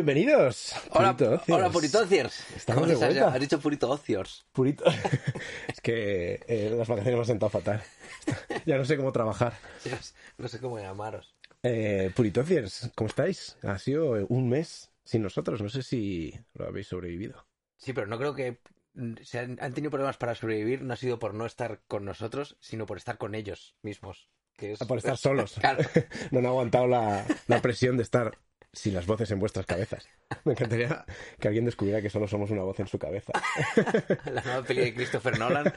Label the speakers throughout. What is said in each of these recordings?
Speaker 1: Bienvenidos.
Speaker 2: Hola,
Speaker 1: Purito Ocios.
Speaker 2: hola Purito Ociers.
Speaker 1: Estamos
Speaker 2: ¿Cómo
Speaker 1: de
Speaker 2: les has
Speaker 1: vuelta.
Speaker 2: llamado? Has dicho Purito Ociers.
Speaker 1: Purito. es que eh, las vacaciones me han sentado fatal. ya no sé cómo trabajar.
Speaker 2: No sé- No sé cómo llamaros.
Speaker 1: Eh, Puritociers, ¿cómo estáis? Ha sido eh, un mes sin nosotros. No sé si lo habéis sobrevivido.
Speaker 2: Sí, pero no creo que mm, se han, han tenido problemas para sobrevivir. No ha sido por no estar con nosotros, sino por estar con ellos mismos. Que es...
Speaker 1: Ah, Por estar solos.
Speaker 2: Claro.
Speaker 1: No han aguantado la, la presión de estar sin las voces en vuestras cabezas. Me encantaría que alguien descubriera que solo somos una voz en su cabeza.
Speaker 2: La nueva peli de Christopher Nolan.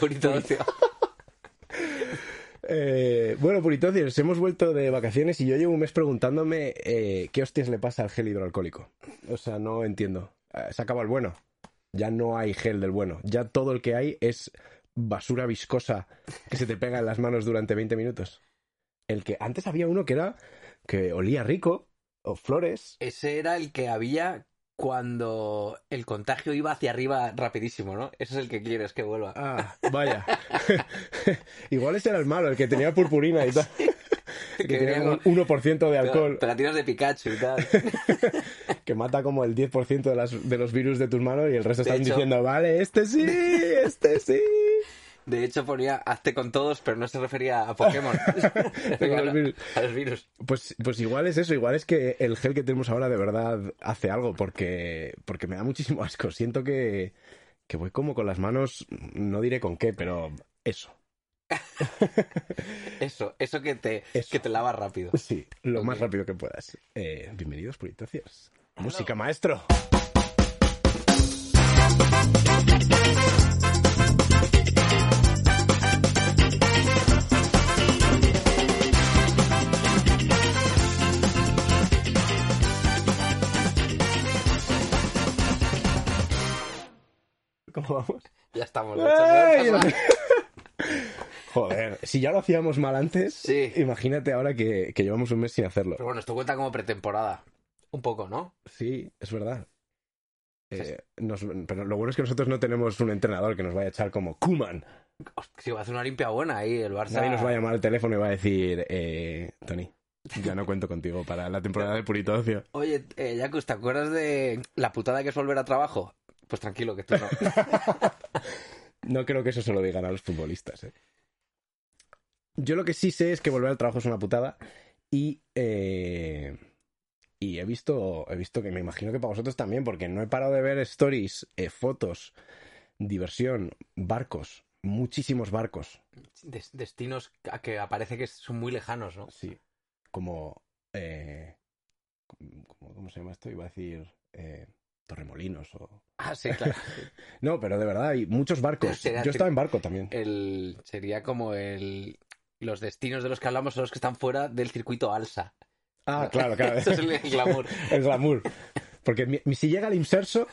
Speaker 2: Purito Ocio.
Speaker 1: Eh, bueno, Puritociers, hemos vuelto de vacaciones y yo llevo un mes preguntándome eh, qué hostias le pasa al gel hidroalcohólico. O sea, no entiendo. Eh, se acaba el bueno. Ya no hay gel del bueno. Ya todo el que hay es basura viscosa que se te pega en las manos durante 20 minutos. El que antes había uno que era que olía rico o flores.
Speaker 2: Ese era el que había cuando el contagio iba hacia arriba rapidísimo, ¿no? Ese es el que quieres que vuelva.
Speaker 1: Ah, vaya. Igual ese era el malo, el que tenía purpurina y tal. Que,
Speaker 2: Que
Speaker 1: tenía
Speaker 2: venía
Speaker 1: como un
Speaker 2: con
Speaker 1: 1% de alcohol.
Speaker 2: Pegatinas de Pikachu y tal.
Speaker 1: que mata como el 10% de, las, de los virus de tus manos y el resto
Speaker 2: De
Speaker 1: están
Speaker 2: hecho-
Speaker 1: diciendo, vale, este sí, este sí.
Speaker 2: De hecho ponía hazte con todos, pero no se refería a Pokémon.
Speaker 1: Tengo los virus.
Speaker 2: a los virus.
Speaker 1: Pues, pues igual es eso, igual es que el gel que tenemos ahora de verdad hace algo porque, porque me da muchísimo asco. Siento que, que voy como con las manos, no diré con qué, pero eso.
Speaker 2: Eso, eso que te,
Speaker 1: Eso.
Speaker 2: que te lava rápido.
Speaker 1: Sí, lo más
Speaker 2: Ok.
Speaker 1: rápido que puedas. Eh, bienvenidos, puritocios. Música, maestro. ¿Cómo vamos?
Speaker 2: Ya estamos. de hecho,
Speaker 1: ¡Ey!
Speaker 2: ¿no?
Speaker 1: Joder, si ya lo hacíamos mal antes,
Speaker 2: Sí.
Speaker 1: imagínate ahora que, que llevamos un mes sin hacerlo.
Speaker 2: Pero bueno, esto cuenta como pretemporada. Un poco, ¿no?
Speaker 1: Sí, es verdad.
Speaker 2: Sí, sí.
Speaker 1: Eh, nos- pero lo bueno es que nosotros no tenemos un entrenador que nos vaya a echar como Kuman.
Speaker 2: Hostia, Si va a hacer una limpia buena ahí, el Barça.
Speaker 1: Nadie nos va a llamar al teléfono y va a decir, eh, Tony, ya no cuento contigo para la temporada de Purito Ocio.
Speaker 2: Oye, eh, Jacus, ¿te acuerdas de la putada que es volver a trabajo? Pues tranquilo, que tú no.
Speaker 1: No creo que eso se lo digan a los futbolistas. eh. Yo lo que sí sé es que volver al trabajo es una putada y, eh, y he visto, he visto que me imagino que para vosotros también, porque no he parado de ver stories, eh, fotos, diversión, barcos, muchísimos barcos.
Speaker 2: Des- destinos a que aparece que son muy lejanos, ¿no?
Speaker 1: Sí. Como. eh, ¿cómo, cómo se llama esto? Iba a decir. eh, Torremolinos o.
Speaker 2: Ah, sí, claro.
Speaker 1: No, pero de verdad, hay muchos barcos.
Speaker 2: Será Eh,
Speaker 1: Yo
Speaker 2: tri-
Speaker 1: estaba en barco también.
Speaker 2: El, sería como el. Los destinos de los que hablamos son los que están fuera del circuito alsa.
Speaker 1: Ah, claro, claro.
Speaker 2: Eso es el glamour.
Speaker 1: El glamour. Porque mi- mi- si llega el inserso.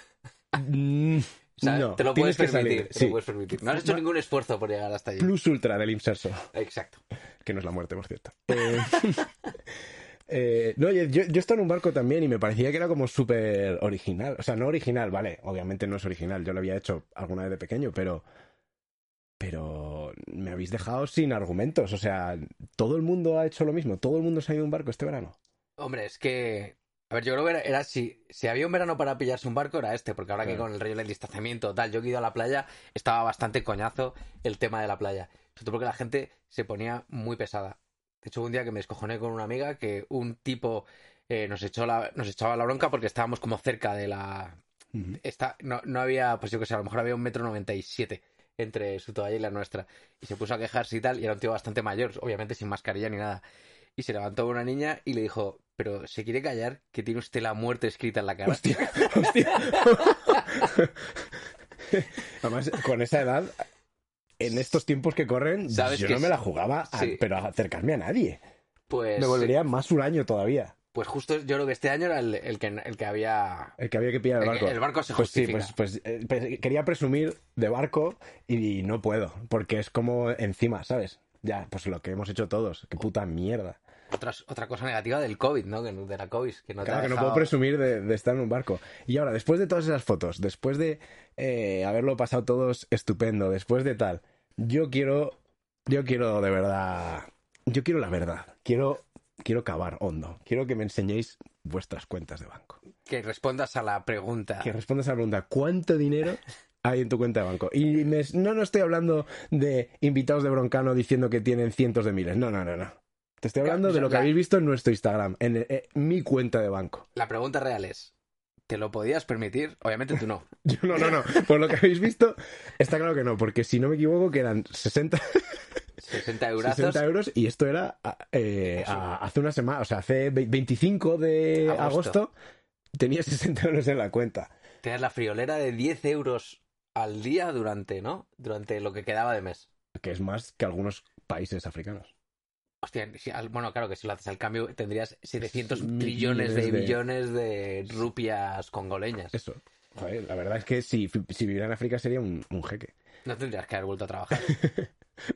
Speaker 1: mm,
Speaker 2: O sea,
Speaker 1: no,
Speaker 2: te lo puedes
Speaker 1: tienes que salir,
Speaker 2: permitir. Te
Speaker 1: sí.
Speaker 2: lo puedes permitir. No has hecho
Speaker 1: Ma-
Speaker 2: ningún esfuerzo por llegar hasta allí.
Speaker 1: Plus ultra del inserso.
Speaker 2: Exacto.
Speaker 1: Que no es la muerte, por cierto. Eh, eh, no, yo, yo- yo estaba en un barco también y me parecía que era como súper original. O sea, no original, vale. Obviamente no es original. Yo lo había hecho alguna vez de pequeño, pero. Pero me habéis dejado sin argumentos. O sea, todo el mundo ha hecho lo mismo. Todo el mundo se ha ido a un barco este verano.
Speaker 2: Hombre, es que. A ver, yo creo que era, era si, si había un verano para pillarse un barco, era este, porque ahora que
Speaker 1: Claro.
Speaker 2: con el rollo del distanciamiento, tal, yo que he ido a la playa, estaba bastante coñazo el tema de la playa. Sobre todo porque la gente se ponía muy pesada. De hecho, hubo un día que me descojoné con una amiga que un tipo eh, nos, echó la, nos echaba la bronca porque estábamos como cerca de la, Está, no, no había, pues yo que sé, a lo mejor había un metro noventa y siete entre su toalla y la nuestra. Y se puso a quejarse y tal, y era un tío bastante mayor, obviamente sin mascarilla ni nada. Y se levantó una niña y le dijo, pero ¿se quiere callar? Que tiene usted la muerte escrita en la cara.
Speaker 1: Hostia, hostia. Además, con esa edad, en estos tiempos que corren,
Speaker 2: Sabes
Speaker 1: yo
Speaker 2: que
Speaker 1: no me
Speaker 2: sí.
Speaker 1: la jugaba, a-
Speaker 2: Sí.
Speaker 1: pero a acercarme a nadie.
Speaker 2: Pues,
Speaker 1: Me volvería más un año todavía.
Speaker 2: pues justo yo creo que este año era el, el que, el que había...
Speaker 1: El que había que pillar el
Speaker 2: El,
Speaker 1: barco.
Speaker 2: Eh, el barco se
Speaker 1: pues sí,
Speaker 2: justifica.
Speaker 1: pues, pues, eh, pues, quería presumir de barco y no puedo, porque es como encima, ¿sabes? Ya, pues lo que hemos hecho todos. Qué puta mierda.
Speaker 2: Otras- otra cosa negativa del COVID, ¿no? Que no- De la COVID. Que no te
Speaker 1: Claro
Speaker 2: ha
Speaker 1: que no
Speaker 2: dejado-
Speaker 1: puedo presumir de, de estar en un barco. Y ahora, después de todas esas fotos, después de eh, haberlo pasado todos estupendo, después de tal, yo quiero, yo quiero de verdad, yo quiero la verdad. Quiero quiero cavar hondo. Quiero que me enseñéis vuestras cuentas de banco.
Speaker 2: Que respondas a la pregunta.
Speaker 1: Que respondas a la pregunta, ¿cuánto dinero hay en tu cuenta de banco? Y me- no, no estoy hablando de invitados de Broncano diciendo que tienen cientos de miles. No, no, no, no. Te estoy hablando de lo que habéis visto en nuestro Instagram, en eh, mi cuenta de banco.
Speaker 2: La pregunta real es, ¿te lo podías permitir? Obviamente tú no.
Speaker 1: Yo, no, no, no. Por lo que habéis visto, está claro que no, porque si no me equivoco, quedan 60,
Speaker 2: 60 euros.
Speaker 1: 60 euros y esto era a- eh, a- hace una semana, o sea, hace ve- 25 de
Speaker 2: Agosto.
Speaker 1: agosto. tenía 60 euros en la cuenta.
Speaker 2: Tenías la friolera de 10 euros al día durante, ¿no? Durante lo que quedaba de mes.
Speaker 1: Que es más que algunos países africanos.
Speaker 2: Hostia, si al- bueno, claro que si lo haces al cambio tendrías 700
Speaker 1: Millones
Speaker 2: trillones de
Speaker 1: de-
Speaker 2: billones de rupias congoleñas.
Speaker 1: Eso. Joder, la verdad es que si, si viviera en África sería un, un jeque.
Speaker 2: No tendrías que haber vuelto a trabajar.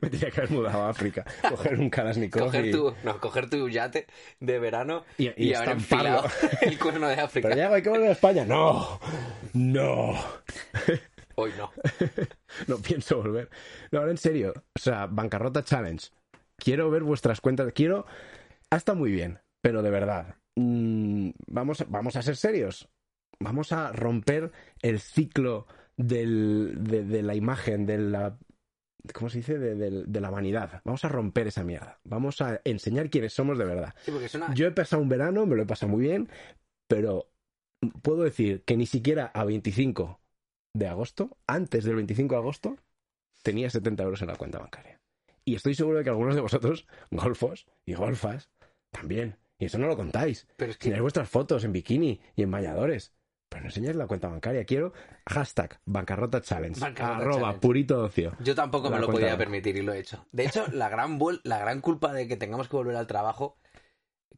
Speaker 1: Me tendría que haber mudado a África, coger un Kalashnikov
Speaker 2: coger
Speaker 1: y-
Speaker 2: tu, no, coger tu yate de verano
Speaker 1: y,
Speaker 2: y,
Speaker 1: y
Speaker 2: haber
Speaker 1: estamparlo.
Speaker 2: enfilado el cuerno de África.
Speaker 1: Pero ya hay que volver a España. No, no.
Speaker 2: Hoy no.
Speaker 1: No pienso volver. No, ahora en serio. O sea, bancarrota challenge. Quiero ver vuestras cuentas. Quiero. Ha estado muy bien, pero de verdad. mm, vamos, a- vamos a ser serios. Vamos a romper el ciclo del- de, de la imagen, de la. ¿Cómo se dice? De, del- de la vanidad. Vamos a romper esa mierda. Vamos a enseñar quiénes somos de verdad.
Speaker 2: Sí, porque es una-
Speaker 1: Yo he pasado un verano, me lo he pasado muy bien, pero puedo decir que ni siquiera a 25 de agosto, antes del 25 de agosto, tenía 70 euros en la cuenta bancaria. Y estoy seguro de que algunos de vosotros, golfos y golfas, también. Y eso no lo contáis.
Speaker 2: Pero es que
Speaker 1: Enseñáis vuestras fotos en bikini y en bañadores. Pero no enseñáis la cuenta bancaria. Quiero hashtag bancarrota challenge.
Speaker 2: Bancarrota
Speaker 1: arroba
Speaker 2: challenge.
Speaker 1: purito ocio.
Speaker 2: Yo tampoco me
Speaker 1: La
Speaker 2: lo
Speaker 1: cuenta
Speaker 2: podía
Speaker 1: banca.
Speaker 2: permitir y lo he hecho. De hecho, la gran, vuel- la gran culpa de que tengamos que volver al trabajo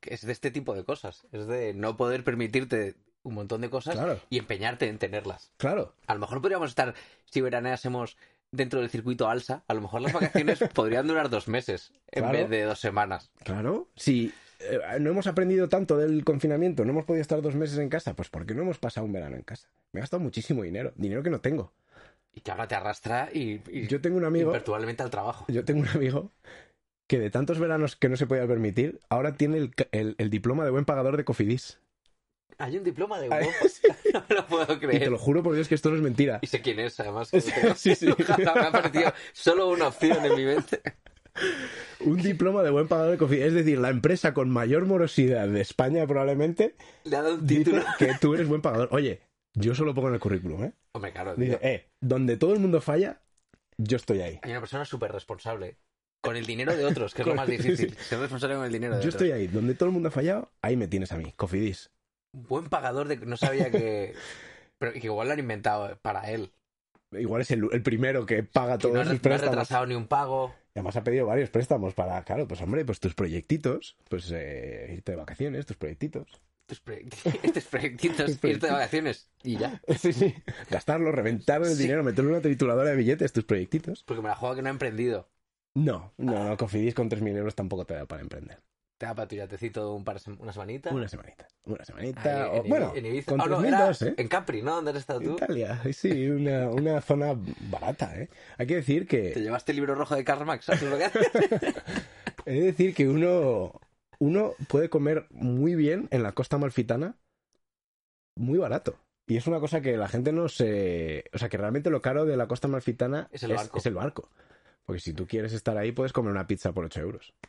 Speaker 2: que es de este tipo de cosas. Es de no poder permitirte un montón de cosas
Speaker 1: Claro,
Speaker 2: y empeñarte en tenerlas.
Speaker 1: claro.
Speaker 2: A lo mejor podríamos estar, si veraneásemos dentro del circuito alsa, a lo mejor las vacaciones podrían durar dos meses en
Speaker 1: Claro.
Speaker 2: vez de dos semanas.
Speaker 1: Claro, si eh, no hemos aprendido tanto del confinamiento, no hemos podido estar dos meses en casa, pues ¿por qué no hemos pasado un verano en casa? Me he gastado muchísimo dinero, dinero que no tengo.
Speaker 2: Y que ahora te arrastra y, y
Speaker 1: Yo tengo un amigo,
Speaker 2: imperturbablemente al trabajo.
Speaker 1: yo tengo un amigo que de tantos veranos que no se podía permitir, ahora tiene el, ca- el- el diploma de buen pagador de Cofidis.
Speaker 2: Hay un diploma de
Speaker 1: Ay,
Speaker 2: huevo. no me lo puedo
Speaker 1: Y
Speaker 2: creer.
Speaker 1: te lo juro por Dios que esto no es mentira.
Speaker 2: Y sé quién es, además. que lo tengo.
Speaker 1: Sí, sí.
Speaker 2: Nunca me ha parecido solo una opción en mi mente.
Speaker 1: Un diploma de buen pagador de Cofidis, es decir, la empresa con mayor morosidad de España probablemente
Speaker 2: Le ha dado un
Speaker 1: dice
Speaker 2: título.
Speaker 1: que tú eres buen pagador. Oye, yo solo pongo en el currículum, ¿eh?
Speaker 2: Hombre, claro. tío.
Speaker 1: Dice, eh, donde todo el mundo falla, yo estoy ahí.
Speaker 2: Hay una persona súper responsable. Con el dinero de otros, que es lo más difícil. Ser responsable con el dinero de
Speaker 1: Yo
Speaker 2: otros.
Speaker 1: estoy ahí, donde todo el mundo ha fallado, ahí me tienes a mí, Cofidis.
Speaker 2: Buen pagador de. No sabía que. Pero que igual lo han inventado para él.
Speaker 1: Igual es el, el primero que paga
Speaker 2: Que
Speaker 1: todos
Speaker 2: no, ha-
Speaker 1: sus
Speaker 2: no ha
Speaker 1: préstamos.
Speaker 2: retrasado ni un pago.
Speaker 1: Y además ha pedido varios préstamos para, claro, pues hombre, pues tus proyectitos, pues eh, irte de vacaciones, tus proyectitos.
Speaker 2: Tus proyectitos, tus proyectitos, irte de vacaciones. Y ya.
Speaker 1: Sí, sí. Gastarlo, reventar el
Speaker 2: Sí.
Speaker 1: dinero, meterle una trituradora de billetes, tus proyectitos.
Speaker 2: Porque me la juego que no he emprendido.
Speaker 1: No, no, no, Cofidis con 3.000 euros tampoco te da para emprender.
Speaker 2: Te da para tu yatecito un par de sem- una semanita.
Speaker 1: Una semanita, una semanita,
Speaker 2: Ahí,
Speaker 1: o-
Speaker 2: en Ibi-
Speaker 1: bueno,
Speaker 2: en Ibiza.
Speaker 1: con
Speaker 2: Ah, no,
Speaker 1: 3.000
Speaker 2: era
Speaker 1: dos, ¿eh?
Speaker 2: En Capri, ¿no? ¿Dónde has estado tú?
Speaker 1: Italia, sí, una, una zona barata, ¿eh? Hay que decir que...
Speaker 2: Te llevaste el libro rojo de Karl Marx, ¿sabes lo que hace?
Speaker 1: Es decir que uno, uno puede comer muy bien en la costa malfitana muy barato. Y es una cosa que la gente no se... O sea, que realmente lo caro de la costa malfitana
Speaker 2: Es el barco.
Speaker 1: es el barco. Porque si tú quieres estar ahí, puedes comer una pizza por 8 euros.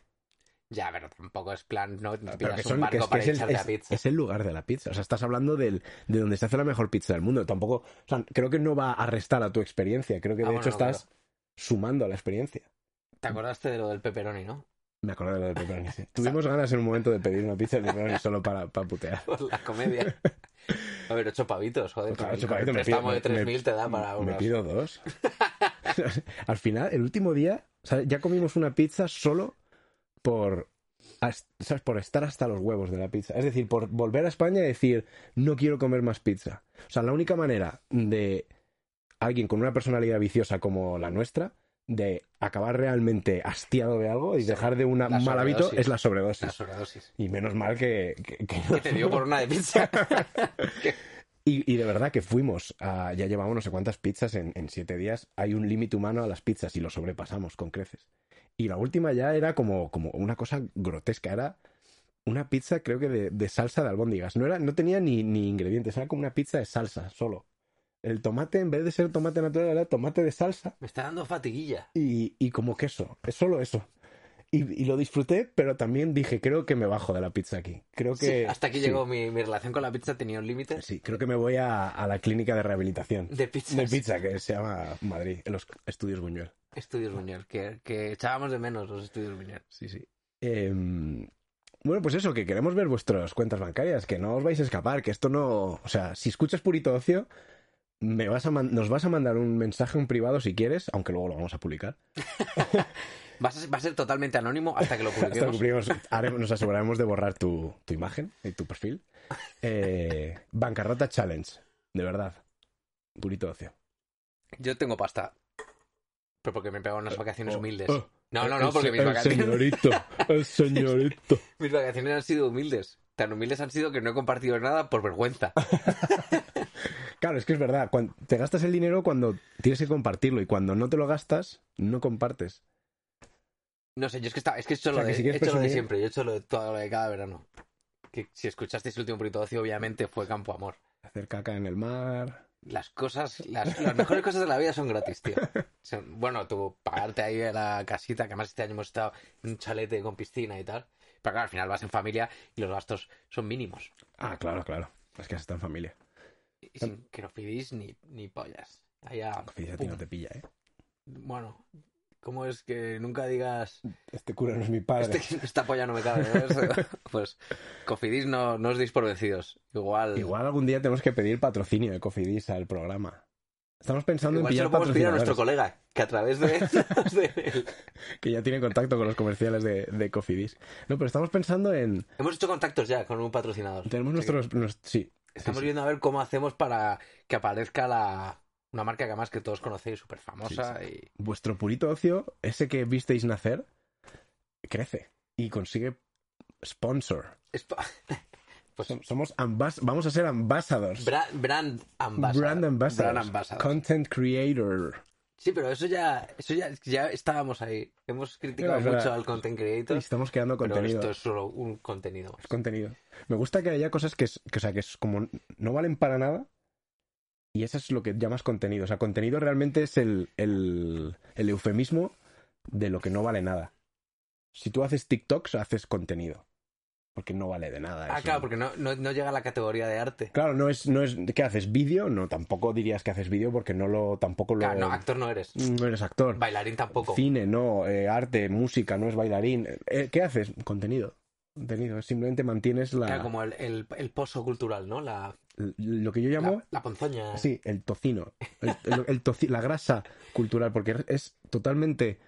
Speaker 2: Ya, pero tampoco es plan, no te
Speaker 1: Ah, Pero
Speaker 2: pidas
Speaker 1: que
Speaker 2: un
Speaker 1: son- que
Speaker 2: barco
Speaker 1: es, que
Speaker 2: para
Speaker 1: es el,
Speaker 2: echarte
Speaker 1: es-
Speaker 2: a pizza.
Speaker 1: es el lugar de la pizza. O sea, estás hablando del, de donde se hace la mejor pizza del mundo. Tampoco... O sea, creo que no va a restar a tu experiencia. Creo que, de
Speaker 2: Ah, bueno,
Speaker 1: hecho,
Speaker 2: no,
Speaker 1: estás sumando a la experiencia.
Speaker 2: Te acordaste de lo del pepperoni, ¿no?
Speaker 1: Me acordé de lo de pepperoni. sí. Tuvimos ganas en un momento de pedir una pizza de pepperoni solo para, para putear.
Speaker 2: Por la comedia. A ver, ocho pavitos, joder.
Speaker 1: Claro,
Speaker 2: con
Speaker 1: ocho
Speaker 2: el
Speaker 1: pavitos, me
Speaker 2: préstamo
Speaker 1: pido-
Speaker 2: de
Speaker 1: me-
Speaker 2: 3.000 te da para
Speaker 1: Me
Speaker 2: unos...
Speaker 1: pido dos. Al final, el último día, o sea, ya comimos una pizza solo por, as- ¿sabes? por estar hasta los huevos de la pizza. Es decir, por volver a España y decir, no quiero comer más pizza. O sea, la única manera de alguien con una personalidad viciosa como la nuestra, de acabar realmente hastiado de algo y
Speaker 2: Sí.
Speaker 1: dejar de un
Speaker 2: La
Speaker 1: mal hábito,
Speaker 2: sobredosis.
Speaker 1: es la sobredosis.
Speaker 2: Una sobredosis.
Speaker 1: Y menos mal que, que- que no
Speaker 2: Que te dio por una de pizza.
Speaker 1: Y, y de verdad que fuimos, a- ya llevamos no sé cuántas pizzas en, en siete días. Hay un límite humano a las pizzas y lo sobrepasamos con creces. Y la última ya era como, como una cosa grotesca, era una pizza, creo que de, de salsa de albóndigas. No, era, no tenía ni, ni ingredientes, era como una pizza de salsa solo. El tomate, en vez de ser tomate natural, era tomate de salsa
Speaker 2: Me está dando fatiguilla.
Speaker 1: y, y como queso. Es solo eso. Y, y lo disfruté, pero también dije, creo que me bajo de la pizza aquí. Creo que.
Speaker 2: Sí, hasta aquí
Speaker 1: sí.
Speaker 2: llegó mi, mi relación con la pizza, tenía un límite
Speaker 1: Sí, creo que me voy a, a la clínica de rehabilitación
Speaker 2: de pizza.
Speaker 1: de pizza que se llama Madrid, en los estudios Buñuel.
Speaker 2: Estudios Buñol, que, que echábamos de menos los estudios Buñol.
Speaker 1: Sí, sí. Em, bueno, pues eso, que queremos ver vuestras cuentas bancarias, que no os vais a escapar, que esto no. O sea, si escuchas Purito Ocio, me vas a man- nos vas a mandar un mensaje, un privado si quieres, aunque luego lo vamos a publicar.
Speaker 2: Vas a ser- va a ser totalmente anónimo hasta que lo
Speaker 1: Hasta que
Speaker 2: publiquemos.
Speaker 1: publiquemos, haremos- nos aseguraremos de borrar tu, tu imagen y tu perfil. Eh, bancarrota Challenge, de verdad. Purito Ocio.
Speaker 2: Yo tengo pasta. Pero porque me he pegado unas vacaciones
Speaker 1: Oh,
Speaker 2: humildes.
Speaker 1: oh,
Speaker 2: No, no,
Speaker 1: el
Speaker 2: no, porque
Speaker 1: se-
Speaker 2: mis
Speaker 1: El
Speaker 2: vacaciones,
Speaker 1: señorito, el señorito.
Speaker 2: mis vacaciones han sido humildes. Tan humildes han sido que no he compartido nada por vergüenza.
Speaker 1: Claro, es que es verdad. Cuando te gastas el dinero cuando tienes que compartirlo y cuando no te lo gastas, no compartes.
Speaker 2: No sé, yo es que, está, es que he hecho
Speaker 1: O sea,
Speaker 2: lo
Speaker 1: que
Speaker 2: de,
Speaker 1: si quieres
Speaker 2: he hecho lo de
Speaker 1: presumir-
Speaker 2: siempre. Yo he hecho lo de, todo lo de cada verano. Que si escuchasteis el último Purito Ocio, obviamente fue Campo Amor.
Speaker 1: Hacer caca en el mar.
Speaker 2: Las cosas, las, las mejores cosas de la vida son gratis, tío. Son- Bueno, tú pagarte ahí a la casita, que además este año hemos estado en un chalete con piscina y tal. Pero claro, al final vas en familia y los gastos son mínimos.
Speaker 1: Ah, claro, claro. Es que has estado en familia.
Speaker 2: Y
Speaker 1: Em.
Speaker 2: sin que no pidís ni, ni pollas. Allá,
Speaker 1: Confía, a ti no te pilla, ¿eh?
Speaker 2: Bueno, ¿cómo es que nunca digas
Speaker 1: Este cura no es mi padre.
Speaker 2: "Este- esta polla no me cabe? ¿no? Eso- pues Cofidis no, no os deis por vencidos. Igual,
Speaker 1: Igual algún día tenemos que pedir patrocinio de Cofidis al programa. Estamos pensando
Speaker 2: igual
Speaker 1: en
Speaker 2: se
Speaker 1: pillar
Speaker 2: lo podemos pedir a nuestro
Speaker 1: patrocinadores
Speaker 2: colega, que a través de, de-
Speaker 1: que ya tiene contacto con los comerciales de, de Cofidis. No, pero estamos pensando en...
Speaker 2: Hemos hecho contactos ya con un patrocinador.
Speaker 1: Tenemos
Speaker 2: Así que
Speaker 1: nuestros... nos- sí.
Speaker 2: Estamos
Speaker 1: sí, sí.
Speaker 2: viendo a ver cómo hacemos para que aparezca la... una marca que además que todos conocéis, súper famosa. y...
Speaker 1: Vuestro purito ocio, ese que visteis nacer, crece y consigue sponsor.
Speaker 2: es pa- pues
Speaker 1: Som- Somos ambas, vamos a ser ambassadors.
Speaker 2: bra- brand ambassador.
Speaker 1: Brand ambassadors.
Speaker 2: Brand ambassador.
Speaker 1: Content creator.
Speaker 2: Sí, pero eso ya, eso ya, ya estábamos ahí. Hemos criticado
Speaker 1: Es
Speaker 2: mucho
Speaker 1: verdad.
Speaker 2: al content creator,
Speaker 1: Estamos creando
Speaker 2: pero
Speaker 1: contenido.
Speaker 2: esto es solo un contenido.
Speaker 1: Es contenido. Me gusta que haya cosas que, es- que, o sea, que es como no valen para nada. Y eso es lo que llamas contenido. O sea, contenido realmente es el, el, el eufemismo de lo que no vale nada. Si tú haces TikToks, haces contenido. Porque no vale de nada.
Speaker 2: Ah,
Speaker 1: eso.
Speaker 2: claro, porque no, no, no llega a la categoría de arte.
Speaker 1: Claro, no es, no es que haces vídeo, no, tampoco dirías que haces vídeo porque no lo, tampoco lo.
Speaker 2: Claro, no, actor no eres.
Speaker 1: no eres actor.
Speaker 2: Bailarín tampoco.
Speaker 1: Cine, no, eh, arte, música, no es bailarín. Eh, ¿Qué haces? Contenido. Contenido. Simplemente mantienes la,
Speaker 2: Claro, como el, el, el pozo cultural, ¿no? La,
Speaker 1: l- lo que yo
Speaker 2: la,
Speaker 1: llamo.
Speaker 2: la ponzoña.
Speaker 1: Sí, el tocino. El, el- el toci- la grasa cultural, porque es totalmente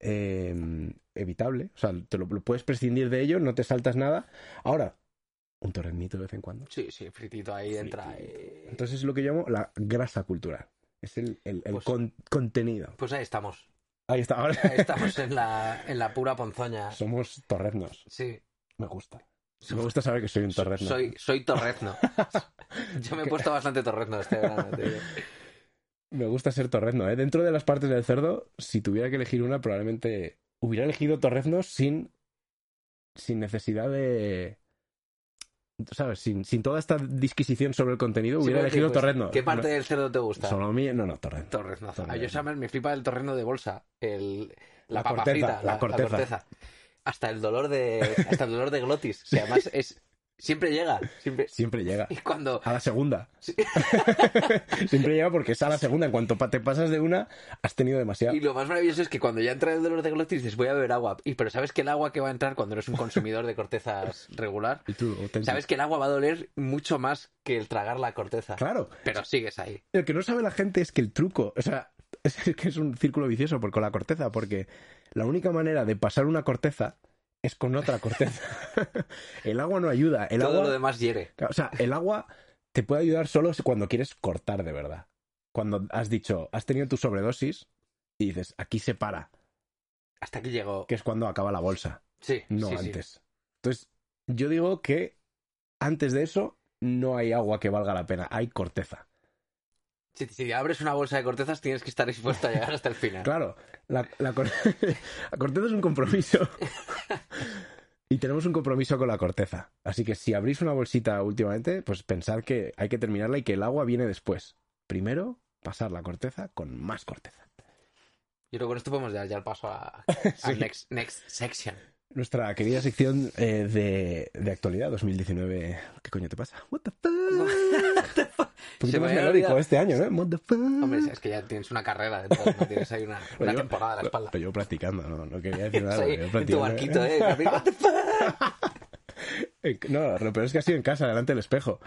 Speaker 1: eh, evitable. O sea, te lo, lo puedes prescindir de ello, no te saltas nada. Ahora, un torrenito de vez en cuando.
Speaker 2: Sí, sí, fritito ahí entra. eh.
Speaker 1: Entonces es lo que llamo la grasa cultural. Es el, el- el
Speaker 2: Pues-
Speaker 1: con- contenido.
Speaker 2: Pues ahí estamos.
Speaker 1: Ahí está, ahora
Speaker 2: Ahí estamos en la, en la pura ponzoña.
Speaker 1: somos torreznos.
Speaker 2: Sí.
Speaker 1: Me gusta. Me gusta saber que soy un torrezno.
Speaker 2: Soy, soy torrezno. Yo me he puesto bastante torrezno este verano. te digo.
Speaker 1: Me gusta ser torrezno, ¿eh? Dentro de las partes del cerdo, si tuviera que elegir una, probablemente hubiera elegido torrezno sin, sin necesidad de... ¿Sabes? Sin, sin toda esta disquisición sobre el contenido,
Speaker 2: Sí,
Speaker 1: hubiera
Speaker 2: porque,
Speaker 1: elegido
Speaker 2: pues,
Speaker 1: torrezno.
Speaker 2: ¿Qué parte
Speaker 1: No,
Speaker 2: del cerdo te gusta?
Speaker 1: Solomí- no, no, torrezno.
Speaker 2: Torreznazo.
Speaker 1: Torrezno.
Speaker 2: A yo Summer me flipa el torreno de bolsa, el, la,
Speaker 1: La
Speaker 2: papa
Speaker 1: corteza,
Speaker 2: frita,
Speaker 1: la
Speaker 2: la, la
Speaker 1: corteza.
Speaker 2: corteza. Hasta el dolor de hasta el dolor de glotis, que además es siempre llega, siempre
Speaker 1: Siempre llega.
Speaker 2: y cuando
Speaker 1: A la segunda.
Speaker 2: Sí.
Speaker 1: Siempre llega porque es a la segunda. En cuanto pa- te pasas de una, has tenido demasiado.
Speaker 2: y lo más maravilloso es que cuando ya entra el dolor de glotis dices voy a beber agua y pero sabes que el agua que va a entrar cuando eres un consumidor de cortezas regular
Speaker 1: Y tú, auténtico.
Speaker 2: sabes que el agua va a doler mucho más que el tragar la corteza
Speaker 1: Claro.
Speaker 2: pero sigues ahí
Speaker 1: Lo que no sabe la gente es que el truco, o sea, es que es un círculo vicioso por- con la corteza, porque la única manera de pasar una corteza es con otra corteza. el agua no ayuda. El
Speaker 2: todo
Speaker 1: agua,
Speaker 2: lo demás hiere
Speaker 1: o sea, el agua te puede ayudar solo si- cuando quieres cortar de verdad. Cuando has dicho, has tenido tu sobredosis y dices, aquí se para,
Speaker 2: hasta que llegó
Speaker 1: que es cuando acaba la bolsa,
Speaker 2: sí
Speaker 1: no
Speaker 2: sí, sí.
Speaker 1: antes. Entonces, yo digo que antes de eso no hay agua que valga la pena, hay corteza.
Speaker 2: Si, si abres una bolsa de cortezas tienes que estar dispuesto a llegar hasta el final
Speaker 1: Claro, la, la cor- la corteza es un compromiso. Y tenemos un compromiso con la corteza. Así que si abrís una bolsita últimamente, pues pensad que hay que terminarla y que el agua viene después. Primero, pasar la corteza con más corteza.
Speaker 2: Yo creo que con esto podemos dar ya el paso a,
Speaker 1: Sí.
Speaker 2: a next, next section.
Speaker 1: Nuestra querida sección eh, de, de actualidad 2019. ¿Qué coño te pasa? What the fuck? Un poquito
Speaker 2: Se me
Speaker 1: más
Speaker 2: había
Speaker 1: melódico
Speaker 2: olvidado.
Speaker 1: este año, ¿no? What the fuck?
Speaker 2: Hombre, es que ya tienes una carrera dentro, no tienes ahí una,
Speaker 1: Lo
Speaker 2: una
Speaker 1: llevo-
Speaker 2: temporada a la
Speaker 1: lo-
Speaker 2: espalda.
Speaker 1: Lo llevo practicando, no, no quería decir nada.
Speaker 2: Ahí,
Speaker 1: lo llevo
Speaker 2: en tu
Speaker 1: practicando,
Speaker 2: barquito,
Speaker 1: ¿eh?
Speaker 2: eh. mi amigo.
Speaker 1: En- No, lo peor es que ha sido en casa, delante del espejo.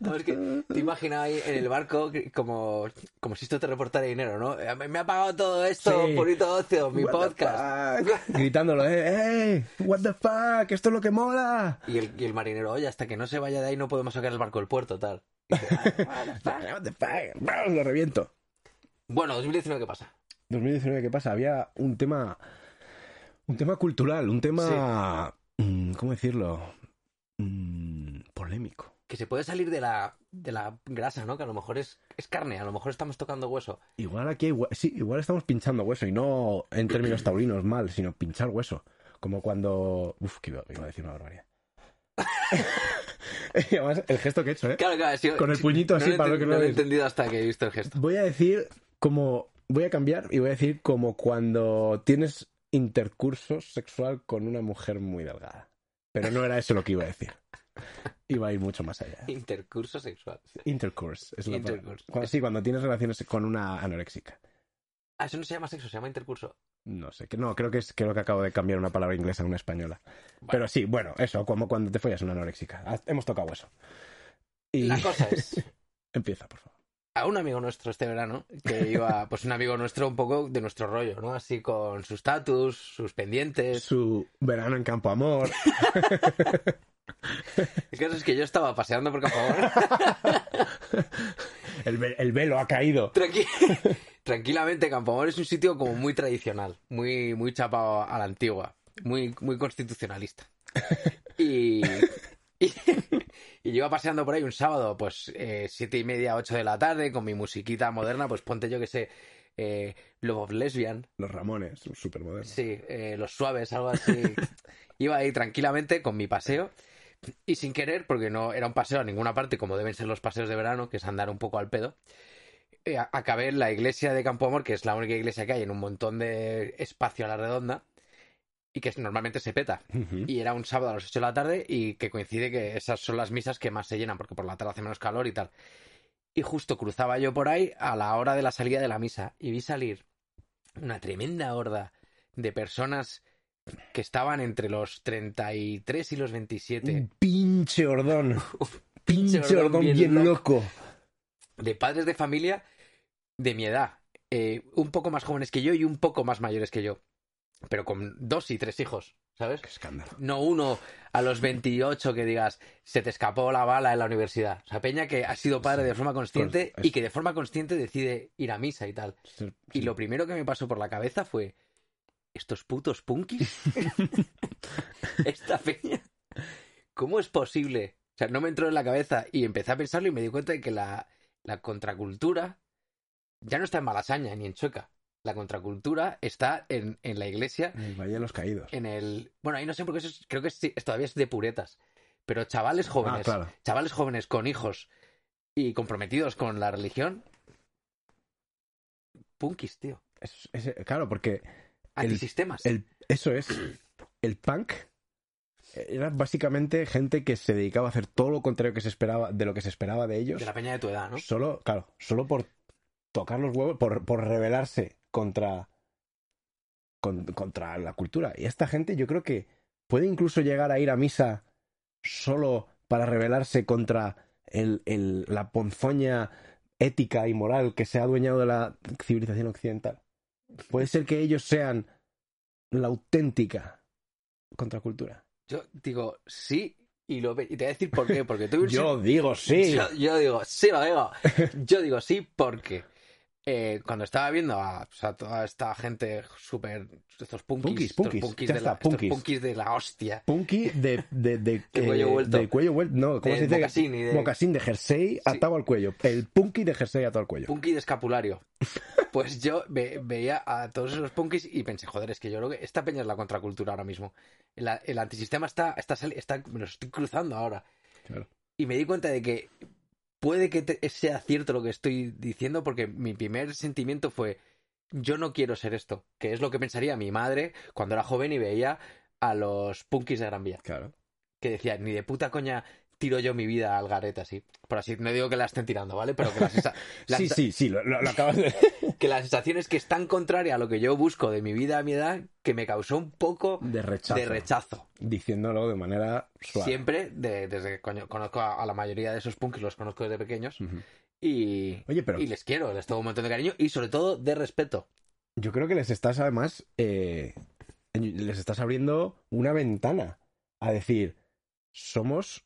Speaker 2: No, es que te imaginas ahí en el barco que- como, como si esto te reportara dinero, ¿no? Eh, Me, me ha pagado todo esto,
Speaker 1: Sí.
Speaker 2: bonito ocio, mi
Speaker 1: What the
Speaker 2: podcast.
Speaker 1: fuck. Gritándolo, ¿eh? ¡Ey! ¡What the fuck! ¡Esto es lo que mola!
Speaker 2: Y el, y el marinero, oye, hasta que no se vaya de ahí no podemos sacar el barco del puerto, tal. Y dice, "Ah, what the fuck".
Speaker 1: What the fuck. ¡Bam! Lo reviento.
Speaker 2: bueno, 2019, ¿qué pasa?
Speaker 1: 2019, ¿qué pasa? Había un tema. Un tema cultural, un tema. mm, ¿Cómo decirlo? Mm, polémico.
Speaker 2: Que se puede salir de la, de la grasa, ¿no? Que a lo mejor es, es carne, a lo mejor estamos tocando hueso.
Speaker 1: Igual aquí hay hue- sí, igual estamos pinchando hueso y no en términos taurinos mal, sino pinchar hueso. Como cuando. Uf, que iba, iba a decir una barbaridad. y además, el gesto que he hecho, ¿eh?
Speaker 2: Claro, claro, sí,
Speaker 1: Con el
Speaker 2: sí,
Speaker 1: puñito así
Speaker 2: lo he
Speaker 1: para
Speaker 2: enten-
Speaker 1: ver que no
Speaker 2: lo he
Speaker 1: veis.
Speaker 2: entendido hasta que he visto el gesto.
Speaker 1: Voy a decir como. Voy a cambiar y voy a decir como cuando tienes intercurso sexual con una mujer muy delgada. Pero no era eso lo que iba a decir. Iba a ir mucho más allá.
Speaker 2: Intercurso sexual.
Speaker 1: Intercourse. Es la palabra.
Speaker 2: Intercourse.
Speaker 1: Cuando- sí, cuando tienes relaciones con una anoréxica.
Speaker 2: Ah, eso no se llama sexo, se llama intercurso.
Speaker 1: No sé, que no, creo que es creo que acabo de cambiar una palabra inglesa a una española. Pero sí, bueno, eso, como cuando te follas una anoréxica. Ha- Hemos tocado eso. Y
Speaker 2: La cosa es,
Speaker 1: empieza, por favor.
Speaker 2: a un amigo nuestro este verano, que iba, pues un amigo nuestro un poco de nuestro rollo, ¿no? Así con sus tatus, sus pendientes.
Speaker 1: Su verano en Campo Amor.
Speaker 2: El caso es que yo estaba paseando por favor
Speaker 1: El, ve- el velo ha caído.
Speaker 2: Tranqui- Tranquilamente, Campoamor es un sitio como muy tradicional, muy, muy chapado a la antigua, muy, muy constitucionalista. Y, y, y yo iba paseando por ahí un sábado, pues eh, siete y media, ocho de la tarde, con mi musiquita moderna, pues ponte yo que sé, eh, Love of Lesbian,
Speaker 1: Los Ramones, súper moderno.
Speaker 2: sí, eh, Los Suaves, algo así. Iba ahí tranquilamente con mi paseo. Y sin querer, porque no era un paseo a ninguna parte, como deben ser los paseos de verano, que es andar un poco al pedo, eh, a- acabé en la iglesia de Campo Amor, que es la única iglesia que hay en un montón de espacio a la redonda, y que es- normalmente se peta. Y era un sábado a las 8 de la tarde y que coincide que esas son las misas que más se llenan, porque por la tarde hace menos calor y tal. Y justo cruzaba yo por ahí a la hora de la salida de la misa y vi salir una tremenda horda de personas que estaban entre los 33 y los 27,
Speaker 1: Un pinche ordón. pinche,
Speaker 2: Este. pinche
Speaker 1: ordón,
Speaker 2: ordón
Speaker 1: bien,
Speaker 2: bien
Speaker 1: loco.
Speaker 2: de padres de familia de mi edad, eh, un poco más jóvenes que yo y un poco más mayores que yo, pero con dos y tres hijos, ¿sabes?
Speaker 1: Ah, Qué escándalo.
Speaker 2: No uno a los 28 que digas, se te escapó la bala en la universidad. O sea, Peña que ha sido padre de forma consciente
Speaker 1: Con- es-
Speaker 2: y que de forma consciente decide ir a misa y tal. Y lo primero que me pasó por la cabeza fue, ¿estos putos punkis? Esta peña. ¿Cómo es posible? O sea, no me entró en la cabeza y empecé a pensarlo y me di cuenta de que la, la contracultura ya no está en Malasaña ni en Chueca. La contracultura está en, en la iglesia
Speaker 1: El Valle de los Caídos.
Speaker 2: en el. Bueno, ahí no sé porque eso es- creo que sí, es- todavía es de puretas. Pero chavales jóvenes,
Speaker 1: Ah, claro.
Speaker 2: chavales jóvenes con hijos y comprometidos con la religión. Punkis, tío.
Speaker 1: Es- es- claro, porque El-
Speaker 2: Antisistemas.
Speaker 1: El- eso es. El punk eh, era básicamente gente que se dedicaba a hacer todo lo contrario que se esperaba, de lo que se esperaba de ellos.
Speaker 2: de la peña de tu edad, ¿no?
Speaker 1: Solo, claro, solo por tocar los huevos, por, por rebelarse contra, con- contra la cultura. Y esta gente yo creo que puede incluso llegar a ir a misa solo para rebelarse contra el- el- la ponzoña ética y moral que se ha adueñado de la civilización occidental. Puede ser que ellos sean la auténtica contracultura.
Speaker 2: Yo digo sí y lo ve- y te voy a decir por qué. Porque tuve un
Speaker 1: Yo digo sí.
Speaker 2: Yo, yo digo, sí lo digo. Yo digo sí porque eh, cuando estaba viendo a, pues, a toda esta gente súper. Estos punkis.
Speaker 1: Punkis,
Speaker 2: estos
Speaker 1: punkis,
Speaker 2: punkis
Speaker 1: ya
Speaker 2: de la,
Speaker 1: está, punkis.
Speaker 2: Estos punkis de la hostia.
Speaker 1: Punky de, de, de, eh,
Speaker 2: De cuello vuelto.
Speaker 1: de cuello vuelto. No, ¿cómo
Speaker 2: De
Speaker 1: se dice?
Speaker 2: mocasín y de-
Speaker 1: Mocasín de jersey atado al cuello. El punky de jersey atado al cuello.
Speaker 2: Punky de escapulario. pues yo ve- veía a todos esos punkis y pensé, joder, es que yo creo que esta peña es la contracultura ahora mismo. El, a- el antisistema está, está, sali- está, me lo estoy cruzando ahora.
Speaker 1: Claro.
Speaker 2: Y me di cuenta de que puede que te- sea cierto lo que estoy diciendo porque mi primer sentimiento fue, yo no quiero ser esto, que es lo que pensaría mi madre cuando era joven y veía a los punkis de Gran Vía
Speaker 1: Claro.
Speaker 2: que decía, ni de puta coña tiro yo mi vida al garete así. Por así, no digo que la estén tirando, ¿vale? Pero que la, sensa- la
Speaker 1: Sí,
Speaker 2: sensa-
Speaker 1: sí, sí, lo, lo- lo acabas de...
Speaker 2: que la sensación es que es tan contraria a lo que yo busco de mi vida a mi edad que me causó un poco
Speaker 1: De rechazo.
Speaker 2: de rechazo.
Speaker 1: Diciéndolo de manera suave.
Speaker 2: Siempre, de- desde que coño, conozco a, a la mayoría de esos punks, los conozco desde pequeños,
Speaker 1: Ujú.
Speaker 2: y,
Speaker 1: Oye, pero
Speaker 2: y les quiero, les tengo un montón de cariño y sobre todo de respeto.
Speaker 1: yo creo que les estás además, eh, les estás abriendo una ventana a decir, somos,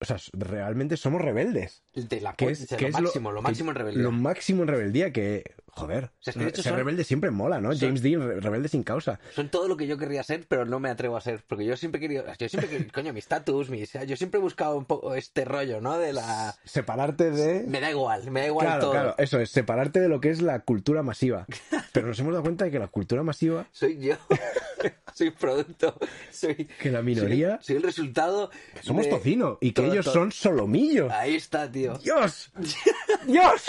Speaker 1: o sea, realmente somos rebeldes.
Speaker 2: De la
Speaker 1: ¿Qué
Speaker 2: pu-
Speaker 1: es-
Speaker 2: o sea,
Speaker 1: qué
Speaker 2: lo
Speaker 1: es lo-
Speaker 2: máximo, lo,
Speaker 1: que-
Speaker 2: máximo en rebeldía.
Speaker 1: Lo máximo en rebeldía que, joder,
Speaker 2: sea, es que de hecho
Speaker 1: ser
Speaker 2: son-
Speaker 1: rebelde siempre mola, ¿no?
Speaker 2: son-
Speaker 1: James Dean, re- rebelde sin causa.
Speaker 2: Son todo lo que yo querría ser, pero no me atrevo a ser. Porque yo siempre he querido. Yo siempre he querido- Coño, mi estatus, mi. Yo siempre he buscado un poco este rollo, ¿no? De la.
Speaker 1: Separarte de...
Speaker 2: Me da igual, me da igual
Speaker 1: Claro,
Speaker 2: todo.
Speaker 1: claro, eso es, separarte de lo que es la cultura masiva. Pero nos hemos dado cuenta de que la cultura masiva,
Speaker 2: Soy yo. soy producto. Soy.
Speaker 1: que la minoría,
Speaker 2: Soy, soy el resultado.
Speaker 1: somos
Speaker 2: de-
Speaker 1: tocino y que
Speaker 2: todo- Ah.
Speaker 1: ellos
Speaker 2: todo-
Speaker 1: son solomillo.
Speaker 2: Ahí está, tío.
Speaker 1: ¡Dios! ¡Dios!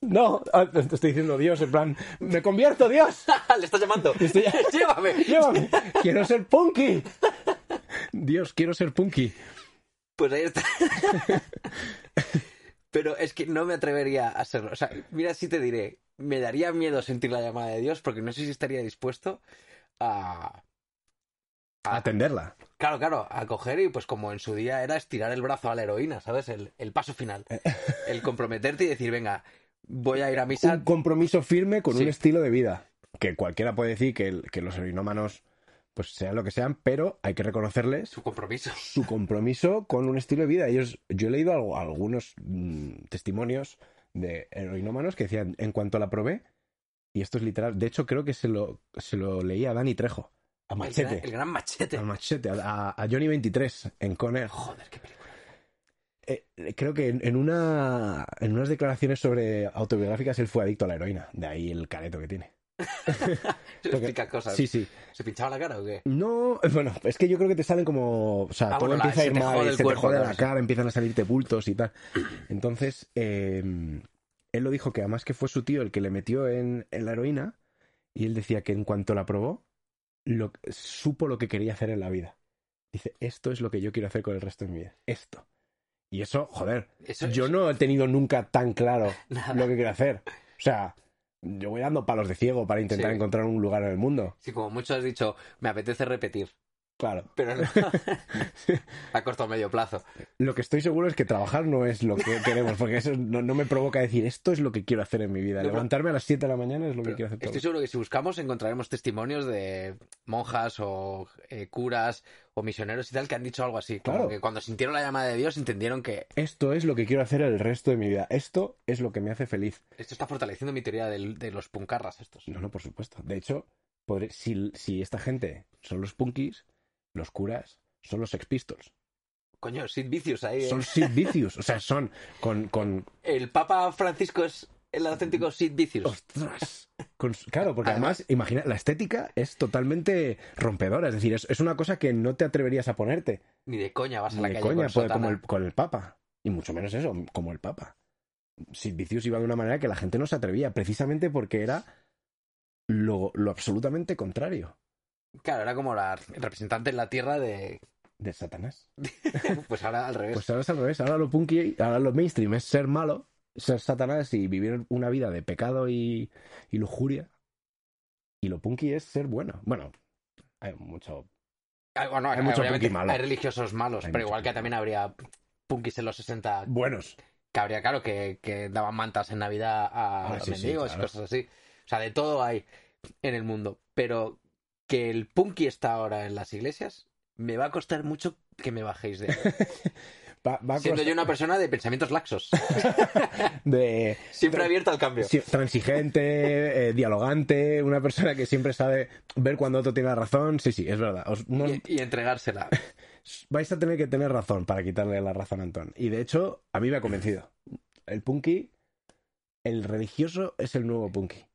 Speaker 1: No, ah, te estoy diciendo Dios, en plan, me convierto, Dios,
Speaker 2: Le estás llamando.
Speaker 1: Estoy-
Speaker 2: Llévame.
Speaker 1: llévame, quiero ser punky. Dios, quiero ser punky.
Speaker 2: Pues ahí está. Pero es que no me atrevería a hacerlo. O sea, mira, si te diré, me daría miedo sentir la llamada de Dios porque no sé si estaría dispuesto a. a-
Speaker 1: Atenderla.
Speaker 2: claro, claro, a coger y pues como en su día era estirar el brazo a la heroína, ¿sabes? El, el paso final. El comprometerte y decir, venga, voy a ir a misa.
Speaker 1: Un compromiso firme con
Speaker 2: Sí.
Speaker 1: un estilo de vida. Que cualquiera puede decir que, el- que los heroinómanos, pues sean lo que sean, pero hay que reconocerles
Speaker 2: Su compromiso.
Speaker 1: su compromiso con un estilo de vida. Ellos, yo he leído algo- algunos mm, testimonios de heroinómanos que decían, en cuanto la probé, y esto es literal, de hecho creo que se lo, se lo leí a Dani Trejo, a
Speaker 2: El gran,
Speaker 1: Machete,
Speaker 2: el gran machete.
Speaker 1: a Machete, a, a Johnny 23 en Conner.
Speaker 2: Joder, qué película.
Speaker 1: Eh, creo que en, en una, en unas declaraciones sobre autobiográficas él fue adicto a la heroína, de ahí el careto que tiene.
Speaker 2: Se
Speaker 1: Porque-
Speaker 2: explica cosas.
Speaker 1: Sí, sí.
Speaker 2: ¿Se pinchaba la cara o qué?
Speaker 1: No, bueno, es que yo creo que te salen como. O sea,
Speaker 2: Ah,
Speaker 1: todo
Speaker 2: bueno, la-
Speaker 1: empieza a
Speaker 2: se
Speaker 1: ir
Speaker 2: te
Speaker 1: mal,
Speaker 2: jode
Speaker 1: se
Speaker 2: el
Speaker 1: te
Speaker 2: cuerpo,
Speaker 1: jode
Speaker 2: claro,
Speaker 1: la
Speaker 2: sí.
Speaker 1: cara, empiezan a salirte bultos y tal. Entonces, eh, él lo dijo que además que fue su tío el que le metió en, en la heroína y él decía que en cuanto la probó, lo, supo lo que quería hacer en la vida. Dice, esto es lo que yo quiero hacer con el resto de mi vida. Esto. Y eso, joder,
Speaker 2: Eso
Speaker 1: yo
Speaker 2: es-
Speaker 1: no he tenido nunca tan claro
Speaker 2: Nada.
Speaker 1: lo que quiero hacer. O sea, yo voy dando palos de ciego para intentar
Speaker 2: Sí.
Speaker 1: encontrar un lugar en el mundo.
Speaker 2: Sí, como mucho has dicho, me apetece repetir.
Speaker 1: Claro.
Speaker 2: Pero no. a corto o medio plazo.
Speaker 1: Lo que estoy seguro es que trabajar no es lo que queremos, porque eso no, no me provoca decir esto es lo que quiero hacer en mi vida.
Speaker 2: No, pero-
Speaker 1: Levantarme a las 7 de la mañana es lo que
Speaker 2: Pero
Speaker 1: quiero hacer.
Speaker 2: estoy
Speaker 1: todo.
Speaker 2: seguro que si buscamos encontraremos testimonios de monjas o eh, curas o misioneros y tal que han dicho algo así. Como
Speaker 1: Claro.
Speaker 2: que cuando sintieron la llamada de Dios entendieron que
Speaker 1: Esto es lo que quiero hacer el resto de mi vida. Esto es lo que me hace feliz.
Speaker 2: esto está fortaleciendo mi teoría del- de, los puncarras estos.
Speaker 1: No, no, por supuesto. De hecho, podré- si, si esta gente son los punkis, los curas son los sex pistols.
Speaker 2: Coño, sin vicios ahí. eh.
Speaker 1: Son Sid Vicious. O sea, son con, con,
Speaker 2: El Papa Francisco es el auténtico Sid Vicious.
Speaker 1: ¡Ostras! Con su- claro,
Speaker 2: Ah,
Speaker 1: porque además, imagina, la estética es totalmente rompedora. Es decir, es, es una cosa que no te atreverías a ponerte.
Speaker 2: Ni de coña vas a la
Speaker 1: Ni de
Speaker 2: calle
Speaker 1: coña,
Speaker 2: con
Speaker 1: puede-
Speaker 2: sotana.
Speaker 1: como el, con el Papa. Y mucho menos eso, como el Papa. Sid Vicious iba de una manera que la gente no se atrevía, precisamente porque era lo, lo absolutamente contrario
Speaker 2: Claro, era como la representante en la tierra de...
Speaker 1: de Satanás.
Speaker 2: Pues ahora al revés.
Speaker 1: Pues ahora es al revés, ahora lo punky, ahora lo mainstream es ser malo, ser Satanás y vivir una vida de pecado y, y lujuria. Y lo punky es ser bueno. Bueno, hay mucho
Speaker 2: Ah, bueno,
Speaker 1: Hay
Speaker 2: hay,
Speaker 1: mucho
Speaker 2: obviamente
Speaker 1: punky malo.
Speaker 2: hay religiosos malos,
Speaker 1: Hay
Speaker 2: pero
Speaker 1: mucho
Speaker 2: igual que
Speaker 1: punky
Speaker 2: también habría punkis en los 60
Speaker 1: buenos.
Speaker 2: que habría, claro, que, que daban mantas en Navidad a
Speaker 1: Ah,
Speaker 2: los
Speaker 1: sí, sí,
Speaker 2: mendigos
Speaker 1: claro.
Speaker 2: y cosas así. O sea, de todo hay en el mundo. Pero que el punky está ahora en las iglesias, me va a costar mucho que me bajéis de... ahí.
Speaker 1: Va, va a
Speaker 2: Siendo
Speaker 1: costa-
Speaker 2: yo una persona de pensamientos laxos,
Speaker 1: de
Speaker 2: siempre abierta al cambio.
Speaker 1: sí, transigente, eh, dialogante, una persona que siempre sabe ver cuando otro tiene la razón. Sí, sí, es verdad. Os- no-
Speaker 2: Y, y entregársela.
Speaker 1: vais a tener que tener razón para quitarle la razón a Antón. Y de hecho, a mí me ha convencido. El punky, el religioso es el nuevo punky.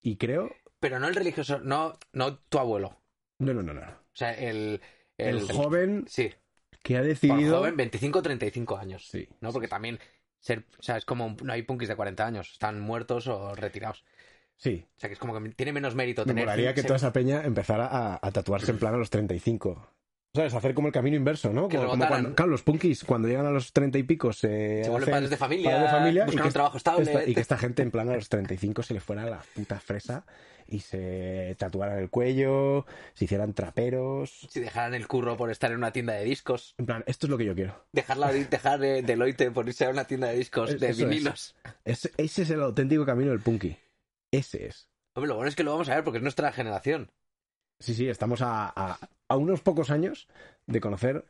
Speaker 1: Y creo.
Speaker 2: Pero no el religioso, no, no tu abuelo.
Speaker 1: No, no, no, no.
Speaker 2: O sea, el.
Speaker 1: El, joven
Speaker 2: Sí,
Speaker 1: que ha
Speaker 2: por
Speaker 1: decidido.
Speaker 2: joven, 25 35 años.
Speaker 1: Sí.
Speaker 2: ¿no? Porque también ser, o sea, es como no hay punkis de 40 años, están muertos o retirados.
Speaker 1: Sí.
Speaker 2: O sea, que es como que tiene menos mérito
Speaker 1: Me
Speaker 2: tener
Speaker 1: molaría que
Speaker 2: se-
Speaker 1: toda esa peña empezara a, a tatuarse en plan a los 35. ¿Sabes? Hacer como el camino inverso, ¿no?
Speaker 2: Que
Speaker 1: Como, como
Speaker 2: rebotaran.
Speaker 1: cuando, claro, los punkis, cuando llegan a los 30 y pico, se.
Speaker 2: se vuelven
Speaker 1: hacen
Speaker 2: padres de familia,
Speaker 1: padres de familia y
Speaker 2: buscan
Speaker 1: que
Speaker 2: un trabajo estable.
Speaker 1: Esta- y que esta gente en plan a los 35 se le fuera la puta fresa y se tatuaran el cuello, se hicieran traperos.
Speaker 2: Si dejaran el curro por estar en una tienda de discos,
Speaker 1: En plan, esto es lo que yo quiero.
Speaker 2: dejar, la- dejar eh, Deloitte por irse a una tienda de discos
Speaker 1: Es-
Speaker 2: de
Speaker 1: eso es.
Speaker 2: vinilos.
Speaker 1: Es- ese es el auténtico camino del punky. Ese es.
Speaker 2: Hombre, lo bueno es que lo vamos a ver porque es nuestra generación.
Speaker 1: Sí, sí, estamos a, a- a unos pocos años de conocer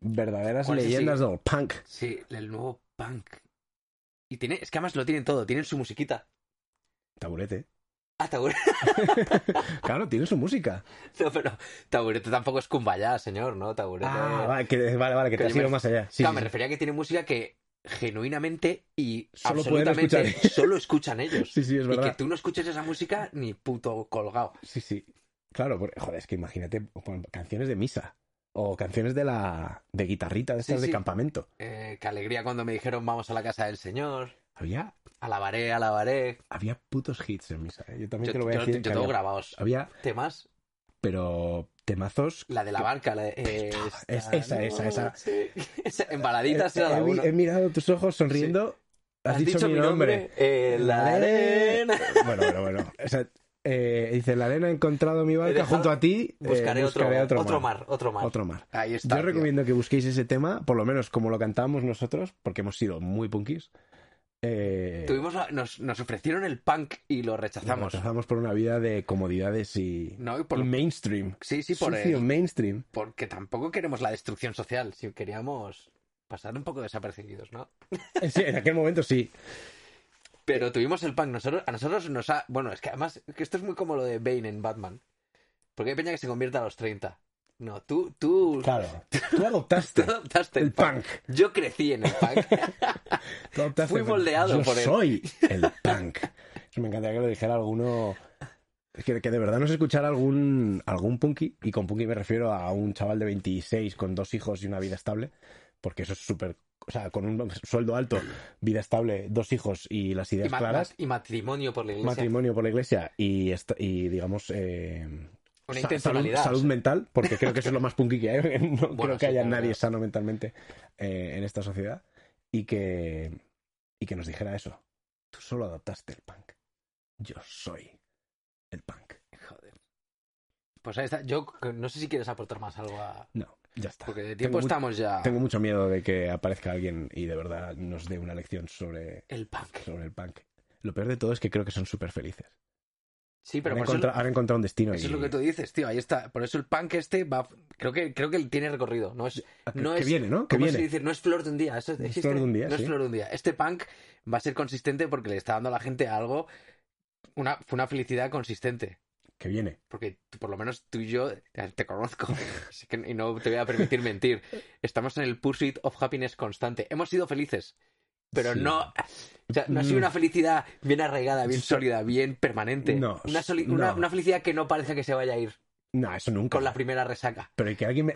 Speaker 1: verdaderas
Speaker 2: Bueno, eso
Speaker 1: leyendas del punk.
Speaker 2: Sí, el nuevo punk. Y tiene, es que además lo tienen todo, tienen su musiquita.
Speaker 1: Taburete.
Speaker 2: Ah, taburete.
Speaker 1: Claro, tiene su música.
Speaker 2: No, pero taburete tampoco es cumbaya, señor, ¿no? Taburete.
Speaker 1: Ah, vale, que, vale, vale, que te
Speaker 2: Que yo
Speaker 1: has
Speaker 2: me-
Speaker 1: ido más allá. Sí,
Speaker 2: claro,
Speaker 1: sí,
Speaker 2: me
Speaker 1: sí.
Speaker 2: refería a que tiene música que genuinamente y
Speaker 1: Solo pueden
Speaker 2: absolutamente
Speaker 1: escuchar.
Speaker 2: solo escuchan ellos.
Speaker 1: Sí, sí, es
Speaker 2: y que
Speaker 1: verdad.
Speaker 2: tú no escuches esa música ni puto colgado.
Speaker 1: Sí, sí. Claro, porque, joder, es que imagínate pon, canciones de misa o canciones de la de guitarrita de
Speaker 2: Sí,
Speaker 1: esas de
Speaker 2: sí.
Speaker 1: campamento.
Speaker 2: Eh, qué alegría cuando me dijeron vamos a la casa del señor.
Speaker 1: Había
Speaker 2: Alabaré, alabaré.
Speaker 1: había putos hits en misa. ¿eh? Yo también
Speaker 2: Yo,
Speaker 1: te lo voy a
Speaker 2: yo-
Speaker 1: decir.
Speaker 2: yo
Speaker 1: que
Speaker 2: tengo
Speaker 1: había,
Speaker 2: grabados
Speaker 1: había,
Speaker 2: temas.
Speaker 1: pero temazos.
Speaker 2: La de la barca. la- eh,
Speaker 1: Es-
Speaker 2: esta-
Speaker 1: esa, esa, esa.
Speaker 2: sí. Esa, En baladitas
Speaker 1: he,
Speaker 2: era la
Speaker 1: he mi-
Speaker 2: uno.
Speaker 1: he mirado tus ojos sonriendo. Has, dicho, mi nombre.
Speaker 2: eh, la arena.
Speaker 1: Bueno, bueno, bueno. O sea, eh, dice, la arena he encontrado mi barca
Speaker 2: dejado-
Speaker 1: junto a ti. eh,
Speaker 2: Buscaré, otro,
Speaker 1: buscaré
Speaker 2: otro, mar. Otro mar.
Speaker 1: Otro mar.
Speaker 2: Ahí está.
Speaker 1: Yo
Speaker 2: tío.
Speaker 1: recomiendo que busquéis ese tema, por lo menos como lo cantábamos nosotros, porque hemos sido muy punkis. Eh,
Speaker 2: Tuvimos la- nos, nos ofrecieron el punk y lo
Speaker 1: nos
Speaker 2: rechazamos.
Speaker 1: pasamos por una vida de comodidades y,
Speaker 2: No, y por-
Speaker 1: y mainstream.
Speaker 2: sí, sí, por
Speaker 1: Sucio,
Speaker 2: el-
Speaker 1: mainstream.
Speaker 2: porque tampoco queremos la destrucción social, si queríamos pasar un poco desapercibidos, ¿no?
Speaker 1: Eh, sí, en aquel momento sí.
Speaker 2: Pero tuvimos el punk, nosotros, a nosotros nos ha... Bueno, es que además, que esto es muy como lo de Bane en Batman. Porque hay peña que se convierte a los 30. No, tú, tú,
Speaker 1: Claro. Tú
Speaker 2: tú
Speaker 1: adoptaste
Speaker 2: adoptaste el,
Speaker 1: el
Speaker 2: punk.
Speaker 1: punk.
Speaker 2: Yo crecí en el punk.
Speaker 1: Tú adoptaste
Speaker 2: Fui
Speaker 1: el-
Speaker 2: moldeado
Speaker 1: Yo
Speaker 2: por él.
Speaker 1: soy el punk. Eso me encantaría que lo dijera alguno. Es que, que de verdad nos escuchara algún, algún punky, y con punky me refiero a un chaval de 26 con dos hijos y una vida estable, porque eso es súper. O sea, con un sueldo alto, vida estable, dos hijos y las
Speaker 2: y,
Speaker 1: ideas
Speaker 2: ma-
Speaker 1: claras,
Speaker 2: y matrimonio por la iglesia.
Speaker 1: matrimonio por la iglesia y, esta- y digamos. eh,
Speaker 2: Una
Speaker 1: Sa-
Speaker 2: intencionalidad.
Speaker 1: Salud, salud mental, porque creo que eso es lo más punky que hay. No creo
Speaker 2: Bueno,
Speaker 1: que
Speaker 2: sí,
Speaker 1: haya
Speaker 2: claro,
Speaker 1: nadie
Speaker 2: claro.
Speaker 1: sano mentalmente eh, en esta sociedad y que, y que nos dijera eso. Tú solo adoptaste el punk. Yo soy el punk.
Speaker 2: Joder. Pues ahí está. Yo no sé si quieres aportar más algo a...
Speaker 1: No, ya está.
Speaker 2: Porque de
Speaker 1: Tengo
Speaker 2: tiempo
Speaker 1: mu-
Speaker 2: estamos ya...
Speaker 1: Tengo mucho miedo de que aparezca alguien y de verdad nos dé una lección sobre,
Speaker 2: El punk.
Speaker 1: sobre el punk. Lo peor de todo es que creo que son súper felices.
Speaker 2: Sí, pero
Speaker 1: han,
Speaker 2: por eso-
Speaker 1: encontra- han encontrado un destino.
Speaker 2: Eso
Speaker 1: y-
Speaker 2: es lo que tú dices, tío. Ahí está. Por eso el punk este va. Creo que, creo que tiene recorrido. No es,
Speaker 1: Ah, que,
Speaker 2: no
Speaker 1: que
Speaker 2: es-
Speaker 1: viene, ¿no? Que
Speaker 2: ¿cómo se
Speaker 1: viene.
Speaker 2: dice? no es flor de un día. Eso
Speaker 1: No es
Speaker 2: existe.
Speaker 1: flor de un día,
Speaker 2: No es
Speaker 1: sí.
Speaker 2: flor de un día. Este punk va a ser consistente porque le está dando a la gente algo. Una, fue una felicidad consistente.
Speaker 1: Que viene.
Speaker 2: Porque tú- por lo menos tú y yo eh, te conozco. Así que, y no te voy a permitir mentir. Estamos en el pursuit of happiness constante. Hemos sido felices. Pero
Speaker 1: Sí.
Speaker 2: no. o sea, no ha sido
Speaker 1: Mm.
Speaker 2: una felicidad bien arraigada, bien sólida, bien permanente.
Speaker 1: No,
Speaker 2: una, soli-
Speaker 1: no.
Speaker 2: una- una felicidad que no parece que se vaya a ir
Speaker 1: No, eso nunca.
Speaker 2: con la primera resaca.
Speaker 1: Pero y que alguien me,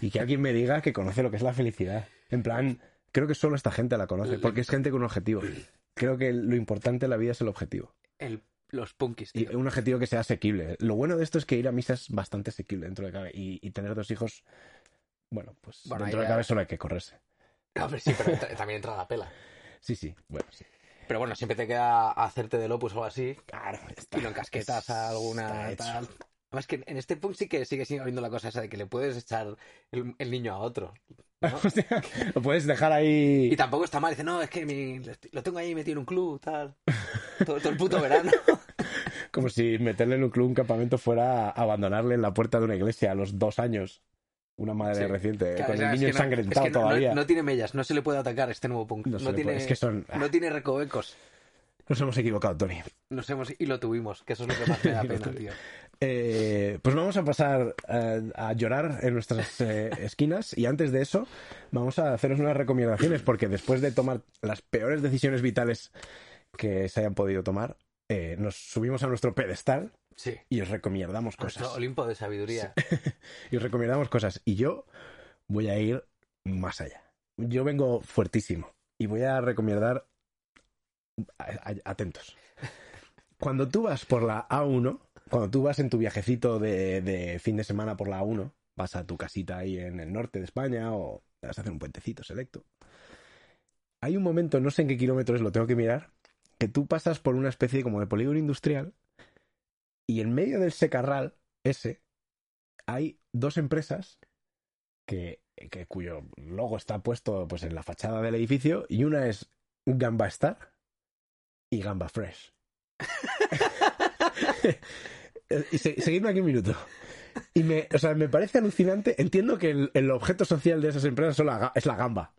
Speaker 1: y que alguien me diga que conoce lo que es la felicidad. En plan, creo que solo esta gente la conoce, porque es gente con un objetivo. Creo que lo importante en la vida es el objetivo.
Speaker 2: El, los punkis,
Speaker 1: Y
Speaker 2: tío.
Speaker 1: un objetivo que sea asequible. Lo bueno de esto es que ir a misa es bastante asequible dentro de cabe. Y, y tener dos hijos, bueno, pues
Speaker 2: Bueno,
Speaker 1: dentro
Speaker 2: ahí
Speaker 1: de
Speaker 2: ya-
Speaker 1: cabe solo hay que correrse.
Speaker 2: No, pero sí, pero entra- también entra la pela.
Speaker 1: Sí, sí, bueno, sí.
Speaker 2: Pero bueno, siempre te queda hacerte del opus o algo así
Speaker 1: Claro, ya está.
Speaker 2: y lo encasquetas a alguna
Speaker 1: Está
Speaker 2: tal.
Speaker 1: hecho.
Speaker 2: Además que en este punk sí que sigue sigue habiendo la cosa esa de que le puedes echar el, el niño a otro. ¿no?
Speaker 1: O sea, lo puedes dejar ahí.
Speaker 2: Y tampoco está mal. Dice, no, es que mi- lo tengo ahí metido en un club, tal. Todo, todo el puto verano.
Speaker 1: Como si meterle en un club, un campamento, fuera a abandonarle en la puerta de una iglesia a los dos años. Una madre
Speaker 2: Sí.
Speaker 1: reciente,
Speaker 2: Claro, o
Speaker 1: con
Speaker 2: sea,
Speaker 1: el
Speaker 2: es
Speaker 1: niño
Speaker 2: que no-
Speaker 1: ensangrentado
Speaker 2: es que no- no-
Speaker 1: todavía.
Speaker 2: No, tiene mellas, no se le puede atacar este nuevo punk.
Speaker 1: No
Speaker 2: No,
Speaker 1: se le
Speaker 2: tiene,
Speaker 1: puede- es que son- ah.
Speaker 2: no tiene recovecos.
Speaker 1: Nos hemos equivocado, Tony.
Speaker 2: Nos hemos, y lo tuvimos, que eso es lo que más me da
Speaker 1: Y lo
Speaker 2: pena,
Speaker 1: tuvimos.
Speaker 2: tío.
Speaker 1: Eh, pues vamos a pasar eh, a llorar en nuestras eh, esquinas y antes de eso vamos a haceros unas recomendaciones porque después de tomar las peores decisiones vitales que se hayan podido tomar, eh, nos subimos a nuestro pedestal
Speaker 2: Sí.
Speaker 1: y os recomendamos cosas.
Speaker 2: Nuestro Olimpo de sabiduría.
Speaker 1: y os recomendamos cosas. Y yo voy a ir más allá. Yo vengo fuertísimo y voy a recomendar. a- a- Atentos. Cuando tú vas por la A1, cuando tú vas en tu viajecito de, de fin de semana por la A1, vas a tu casita ahí en el norte de España o vas a hacer un puentecito selecto. Hay un momento, no sé en qué kilómetros, lo tengo que mirar, que tú pasas por una especie como de polígono industrial y en medio del secarral ese hay dos empresas que, que cuyo logo está puesto pues en la fachada del edificio y una es Gamba Star y Gamba Fresh. y se- seguidme aquí un minuto. Y me, o sea, me parece alucinante. Entiendo que el, el objeto social de esas empresas son la ga- es la gamba.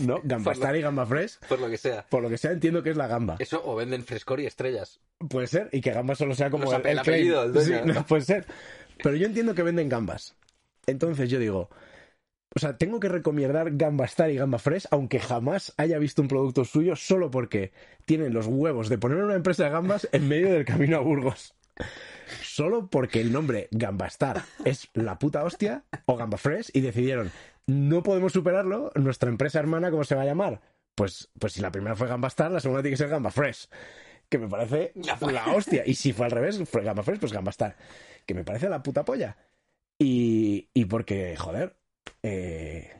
Speaker 1: ¿No? Gamba Star y Gamba Fresh.
Speaker 2: Por lo que sea.
Speaker 1: Por lo que sea, entiendo que es la gamba.
Speaker 2: Eso o venden frescor y estrellas.
Speaker 1: Puede ser, y que gamba solo sea como
Speaker 2: Los
Speaker 1: el,
Speaker 2: ape-
Speaker 1: claim.
Speaker 2: el apellido del dueño,
Speaker 1: Sí,
Speaker 2: ¿no?
Speaker 1: no, puede ser. Pero yo entiendo que venden gambas. Entonces yo digo, o sea, tengo que recomendar Gamba Star y Gamba Fresh, aunque jamás haya visto un producto suyo, solo porque tienen los huevos de poner una empresa de gambas en medio del camino a Burgos. Solo porque el nombre Gamba Star es la puta hostia, o Gamba Fresh, y decidieron, no podemos superarlo, nuestra empresa hermana, ¿cómo se va a llamar? Pues, pues si la primera fue Gamba Star, la segunda tiene que ser Gamba Fresh. Que me parece
Speaker 2: La-
Speaker 1: la hostia. Y si fue al revés, fue Gamba Fresh, pues Gamba Star. Que me parece la puta polla. Y, y porque, joder, eh,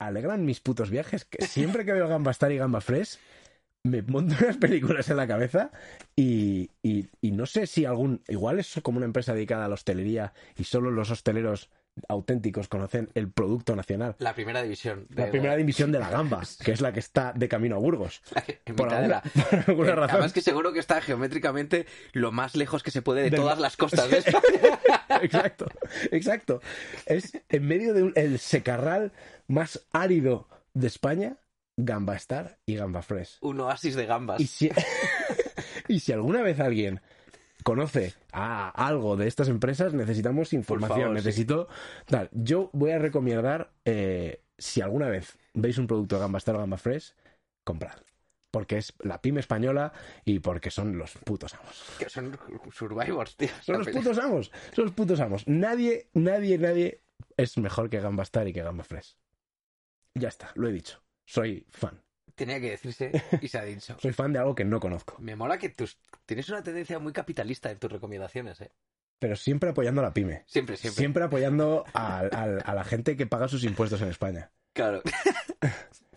Speaker 1: alegran mis putos viajes. Que siempre que veo Gamba Star y Gamba Fresh, me monto unas películas en la cabeza y, y- y no sé si algún. Igual es como una empresa dedicada a la hostelería y solo los hosteleros auténticos conocen el producto nacional.
Speaker 2: La primera división. de-
Speaker 1: La primera división de la gamba, que es la que está de camino a Burgos.
Speaker 2: en
Speaker 1: Por
Speaker 2: mitad de
Speaker 1: alguna,
Speaker 2: la-
Speaker 1: por alguna
Speaker 2: Eh,
Speaker 1: razón.
Speaker 2: Además que seguro que está geométricamente lo más lejos que se puede de
Speaker 1: Del-
Speaker 2: todas las costas de España.
Speaker 1: exacto, exacto. Es en medio del secarral más árido de España, Gamba Star y Gamba Fresh.
Speaker 2: Un oasis de gambas.
Speaker 1: Y si, y si alguna vez alguien conoce a algo de estas empresas, necesitamos información.
Speaker 2: favor, sí.
Speaker 1: necesito. tal. Yo voy a recomendar, eh, si alguna vez veis un producto de Gamba Star o Gamba Fresh, comprad. Porque es la pyme española y porque son los putos amos.
Speaker 2: Que son survivors, tío.
Speaker 1: Son los
Speaker 2: Esta
Speaker 1: putos amos. Son los putos amos. Nadie, nadie, nadie es mejor que Gamba Star y que Gamba Fresh. Ya está, lo he dicho. Soy fan.
Speaker 2: Tenía que decirse y se ha dicho.
Speaker 1: Soy fan de algo que no conozco.
Speaker 2: Me mola que tus... tienes una tendencia muy capitalista en tus recomendaciones, ¿eh?
Speaker 1: Pero siempre apoyando a la pyme.
Speaker 2: Siempre,
Speaker 1: Siempre,
Speaker 2: siempre.
Speaker 1: apoyando al- al- a, la gente que paga sus impuestos en España.
Speaker 2: Claro.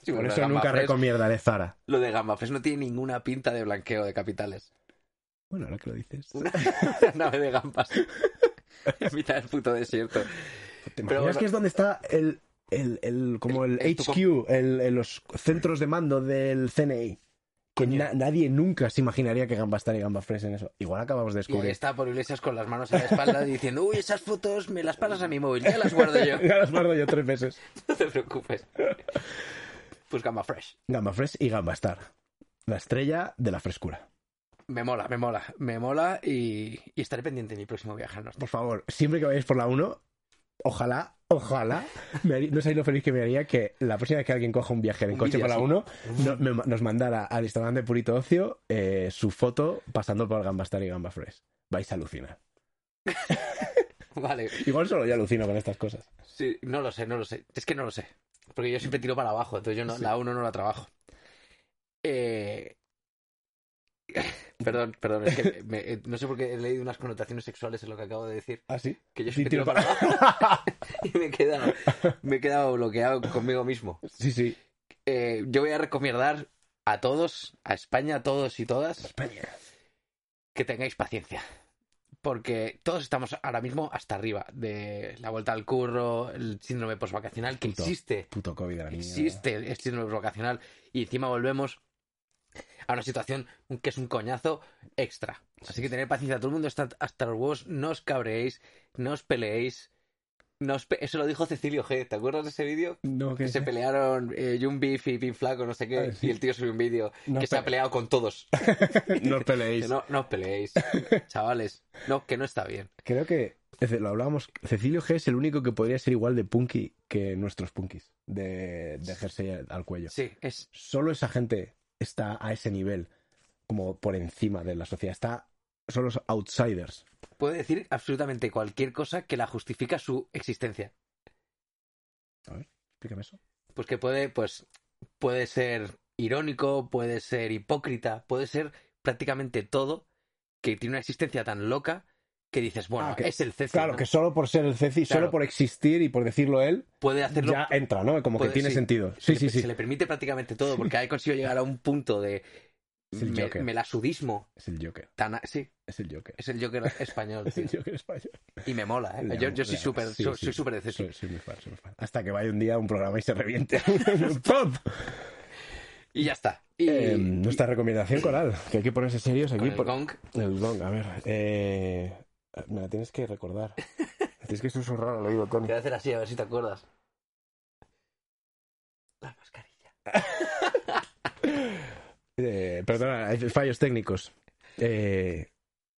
Speaker 2: Sí,
Speaker 1: Por
Speaker 2: bueno,
Speaker 1: eso
Speaker 2: Gamba
Speaker 1: nunca
Speaker 2: Fresh-
Speaker 1: recomendaré Zara.
Speaker 2: Lo de Gamba Fresh no tiene ninguna pinta de blanqueo de capitales.
Speaker 1: Bueno, ahora que lo dices.
Speaker 2: Una nave de gambas. en mitad del puto desierto.
Speaker 1: ¿Te imaginas
Speaker 2: bueno.
Speaker 1: que es donde está el, el, el- como el,
Speaker 2: El- el
Speaker 1: HQ, el- el- los centros de mando del CNI? Que
Speaker 2: Coño.
Speaker 1: na- nadie nunca se imaginaría que Gamba Star y Gamba Fresh en eso. Igual acabamos de
Speaker 2: Y ahí
Speaker 1: descubrir.
Speaker 2: está por iglesias con las manos en la espalda diciendo, uy, esas fotos me las pasas a mi móvil, ya las guardo yo.
Speaker 1: Ya las guardo yo tres veces.
Speaker 2: No te preocupes. Pues Gamba Fresh.
Speaker 1: Gamba Fresh y Gamba Star. La estrella de la frescura.
Speaker 2: Me mola, me mola, me mola y, y estaré pendiente de mi próximo viaje al norte.
Speaker 1: Por favor, siempre que vayáis por la 1, ojalá, ojalá, me haría- no sabéis lo feliz que me haría que la próxima vez que alguien coja un viaje en
Speaker 2: Un
Speaker 1: coche
Speaker 2: vídeo
Speaker 1: por la
Speaker 2: así.
Speaker 1: 1, no- me- nos mandara al Instagram de Purito Ocio eh, su foto pasando por Gamba Star y Gamba Fresh. Vais a alucinar.
Speaker 2: Vale,
Speaker 1: Igual solo yo alucino con estas cosas.
Speaker 2: sí, no lo sé, no lo sé. Es que no lo sé. Porque yo siempre tiro para abajo, entonces yo no- la uno no la trabajo. Eh... Perdón, perdón, es que me- eh, no sé por qué he leído unas connotaciones sexuales en lo que acabo de decir.
Speaker 1: ¿Ah, sí?
Speaker 2: Que yo
Speaker 1: Sí,
Speaker 2: siempre
Speaker 1: tiro
Speaker 2: tiro para abajo y me he quedado, me he quedado bloqueado conmigo mismo.
Speaker 1: Sí, sí.
Speaker 2: Eh, yo voy a recomendar a todos, a España, a todos y todas, que tengáis paciencia. Porque todos estamos ahora mismo hasta arriba de la vuelta al curro, el síndrome postvacacional que
Speaker 1: Puto.
Speaker 2: existe.
Speaker 1: Puto COVID de la mierda.
Speaker 2: Existe el síndrome postvacacional y encima volvemos a una situación que es un coñazo extra. Así que tened paciencia, todo el mundo está hasta los huevos, no os cabreéis, no os peleéis. No os pe- Eso lo dijo Cecilio G, ¿te acuerdas de ese vídeo?
Speaker 1: No, que
Speaker 2: Que se pelearon eh, Beef y Pin Flaco, no sé qué,
Speaker 1: Ah, sí.
Speaker 2: y el tío subió un vídeo
Speaker 1: No
Speaker 2: que se ha
Speaker 1: pele-
Speaker 2: peleado con todos.
Speaker 1: no os
Speaker 2: Que
Speaker 1: peleéis.
Speaker 2: no, no os peleéis, chavales. No, que no está bien.
Speaker 1: Creo que es decir, lo hablábamos. Cecilio G es el único que podría ser igual de punky que nuestros punkis de, de jersey al cuello.
Speaker 2: Sí, es
Speaker 1: Solo esa gente está a ese nivel como por encima de la sociedad. Está, son los outsiders.
Speaker 2: Puede decir absolutamente cualquier cosa que la justifica su existencia.
Speaker 1: A ver, explícame eso.
Speaker 2: Pues que puede, pues, puede ser irónico, puede ser hipócrita, puede ser prácticamente todo que tiene una existencia tan loca que dices, bueno,
Speaker 1: Ah, que-
Speaker 2: es el Ceci.
Speaker 1: Claro,
Speaker 2: ¿no?
Speaker 1: que solo por ser el Ceci,
Speaker 2: Claro.
Speaker 1: solo por existir y por decirlo él,
Speaker 2: puede hacerlo.
Speaker 1: ya entra, ¿no? Como
Speaker 2: puede-
Speaker 1: que tiene
Speaker 2: sí.
Speaker 1: sentido.
Speaker 2: se
Speaker 1: Sí,
Speaker 2: le-
Speaker 1: sí, sí.
Speaker 2: Se le permite prácticamente todo, porque ahí consigo llegar a un punto de
Speaker 1: Es el
Speaker 2: me-
Speaker 1: Joker.
Speaker 2: melasudismo
Speaker 1: Es el Joker.
Speaker 2: tan. a- Sí,
Speaker 1: Es el Joker.
Speaker 2: es el Joker español.
Speaker 1: Es el
Speaker 2: tío.
Speaker 1: Joker español.
Speaker 2: Y me mola, ¿eh? Yo, yo soy
Speaker 1: Ya,
Speaker 2: súper
Speaker 1: sí,
Speaker 2: so-
Speaker 1: sí, sí.
Speaker 2: soy súper de Ceci.
Speaker 1: Soy, soy muy fan, soy muy fan. Hasta que vaya un día a un programa y se reviente. ¡Pop!
Speaker 2: Y ya está. Y,
Speaker 1: Eh, nuestra recomendación coral, que hay que ponerse serios
Speaker 2: con
Speaker 1: aquí.
Speaker 2: el
Speaker 1: por-
Speaker 2: gong,
Speaker 1: El gong, a ver. eh, me la tienes que recordar. tienes que susurrar al oído,
Speaker 2: te
Speaker 1: Tony.
Speaker 2: voy a hacer así, a ver si te acuerdas. La mascarilla.
Speaker 1: Eh, perdona, hay fallos técnicos. Eh,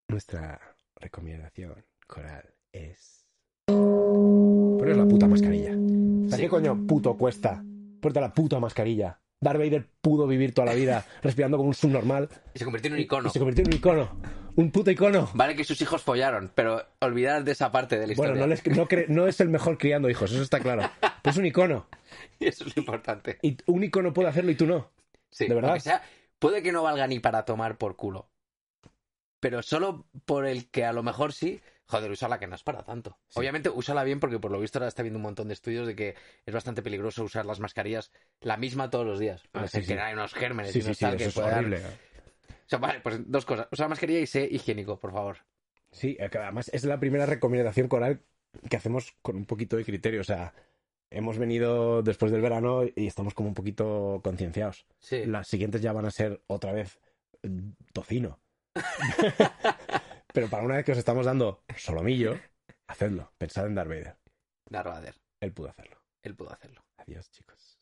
Speaker 1: nuestra recomendación coral es. Poneros la puta mascarilla. ¿A
Speaker 2: Sí.
Speaker 1: qué coño puto cuesta? Ponte la puta mascarilla. Darth Vader pudo vivir toda la vida respirando como un subnormal
Speaker 2: Y se convirtió en un
Speaker 1: y
Speaker 2: icono.
Speaker 1: se convirtió en un icono. Un puto icono.
Speaker 2: Vale que sus hijos follaron, pero olvidar de esa parte de la historia.
Speaker 1: Bueno, no, les- no cre- no es el mejor criando hijos, eso está claro. Pero es un icono.
Speaker 2: Eso es lo importante.
Speaker 1: Y un icono puede hacerlo y tú no.
Speaker 2: Sí,
Speaker 1: ¿De verdad?
Speaker 2: aunque sea- puede que no valga ni para tomar por culo. Pero solo por el que a lo mejor sí. Joder, úsala que no es para tanto.
Speaker 1: Sí.
Speaker 2: Obviamente, úsala bien porque por lo visto ahora está viendo un montón de estudios de que es bastante peligroso usar las mascarillas la misma todos los días.
Speaker 1: Ah,
Speaker 2: Porque
Speaker 1: sí,
Speaker 2: se
Speaker 1: sí.
Speaker 2: crean unos gérmenes
Speaker 1: Sí,
Speaker 2: y
Speaker 1: sí,
Speaker 2: unos
Speaker 1: sí,
Speaker 2: tal que
Speaker 1: eso es
Speaker 2: puedan-
Speaker 1: horrible.
Speaker 2: O sea, vale, pues dos cosas. Usa mascarilla y sé higiénico, por favor.
Speaker 1: Sí, eh, que además es la primera recomendación coral que hacemos con un poquito de criterio. O sea, hemos venido después del verano y estamos como un poquito concienciados.
Speaker 2: Sí.
Speaker 1: Las siguientes ya van a ser otra vez eh, tocino. Pero para una vez que os estamos dando solomillo, hacedlo. Pensad en Darth Vader.
Speaker 2: Darth Vader.
Speaker 1: Él pudo hacerlo.
Speaker 2: Él pudo hacerlo.
Speaker 1: Adiós, chicos.